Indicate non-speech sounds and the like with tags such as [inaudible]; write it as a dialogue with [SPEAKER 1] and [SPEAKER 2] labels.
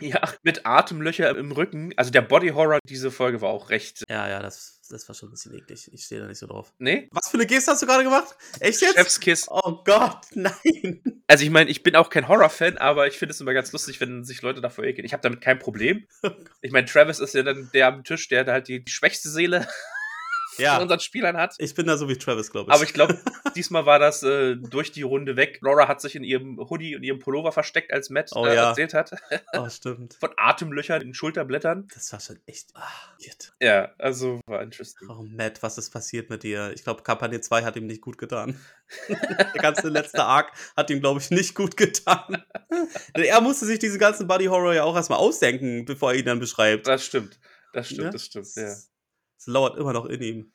[SPEAKER 1] Ja, mit Atemlöcher im Rücken. Also der Body Horror, diese Folge war auch recht.
[SPEAKER 2] Ja, ja, das, das war schon ein bisschen eklig. Ich stehe da nicht so drauf.
[SPEAKER 1] Nee?
[SPEAKER 2] Was für eine Geste hast du gerade gemacht? Echt jetzt?
[SPEAKER 1] Chefskiss.
[SPEAKER 2] Oh Gott, [laughs] nein.
[SPEAKER 1] Also ich meine, ich bin auch kein Horror-Fan, aber ich finde es immer ganz lustig, wenn sich Leute davor ekeln. Ich habe damit kein
[SPEAKER 2] [laughs]
[SPEAKER 1] Problem. Ich meine, Travis ist ja dann der am Tisch, der halt die, die schwächste Seele [laughs] von
[SPEAKER 2] Ja,
[SPEAKER 1] unseren Spielern hat.
[SPEAKER 2] ich bin da so wie Travis, glaube ich.
[SPEAKER 1] Aber ich
[SPEAKER 2] [laughs]
[SPEAKER 1] glaube, diesmal war das äh, durch die Runde weg. Laura hat sich in ihrem Hoodie und ihrem Pullover versteckt, als Matt
[SPEAKER 2] Oh
[SPEAKER 1] äh,
[SPEAKER 2] ja.
[SPEAKER 1] erzählt hat. [laughs]
[SPEAKER 2] oh, stimmt.
[SPEAKER 1] Von Atemlöchern in Schulterblättern.
[SPEAKER 2] Das war schon echt. Ah, shit.
[SPEAKER 1] Ja, also war interesting.
[SPEAKER 2] Oh, Matt, was ist passiert mit dir? Ich glaube, Kampagne 2 hat ihm nicht gut getan. [laughs] Der ganze letzte Arc hat ihm, glaube ich, nicht gut getan. Denn er musste sich diesen ganzen Body Horror ja auch erstmal ausdenken, bevor er ihn dann beschreibt.
[SPEAKER 1] Das stimmt. Das stimmt,
[SPEAKER 2] Ne?
[SPEAKER 1] das stimmt. Ja.
[SPEAKER 2] Es lauert immer noch in ihm.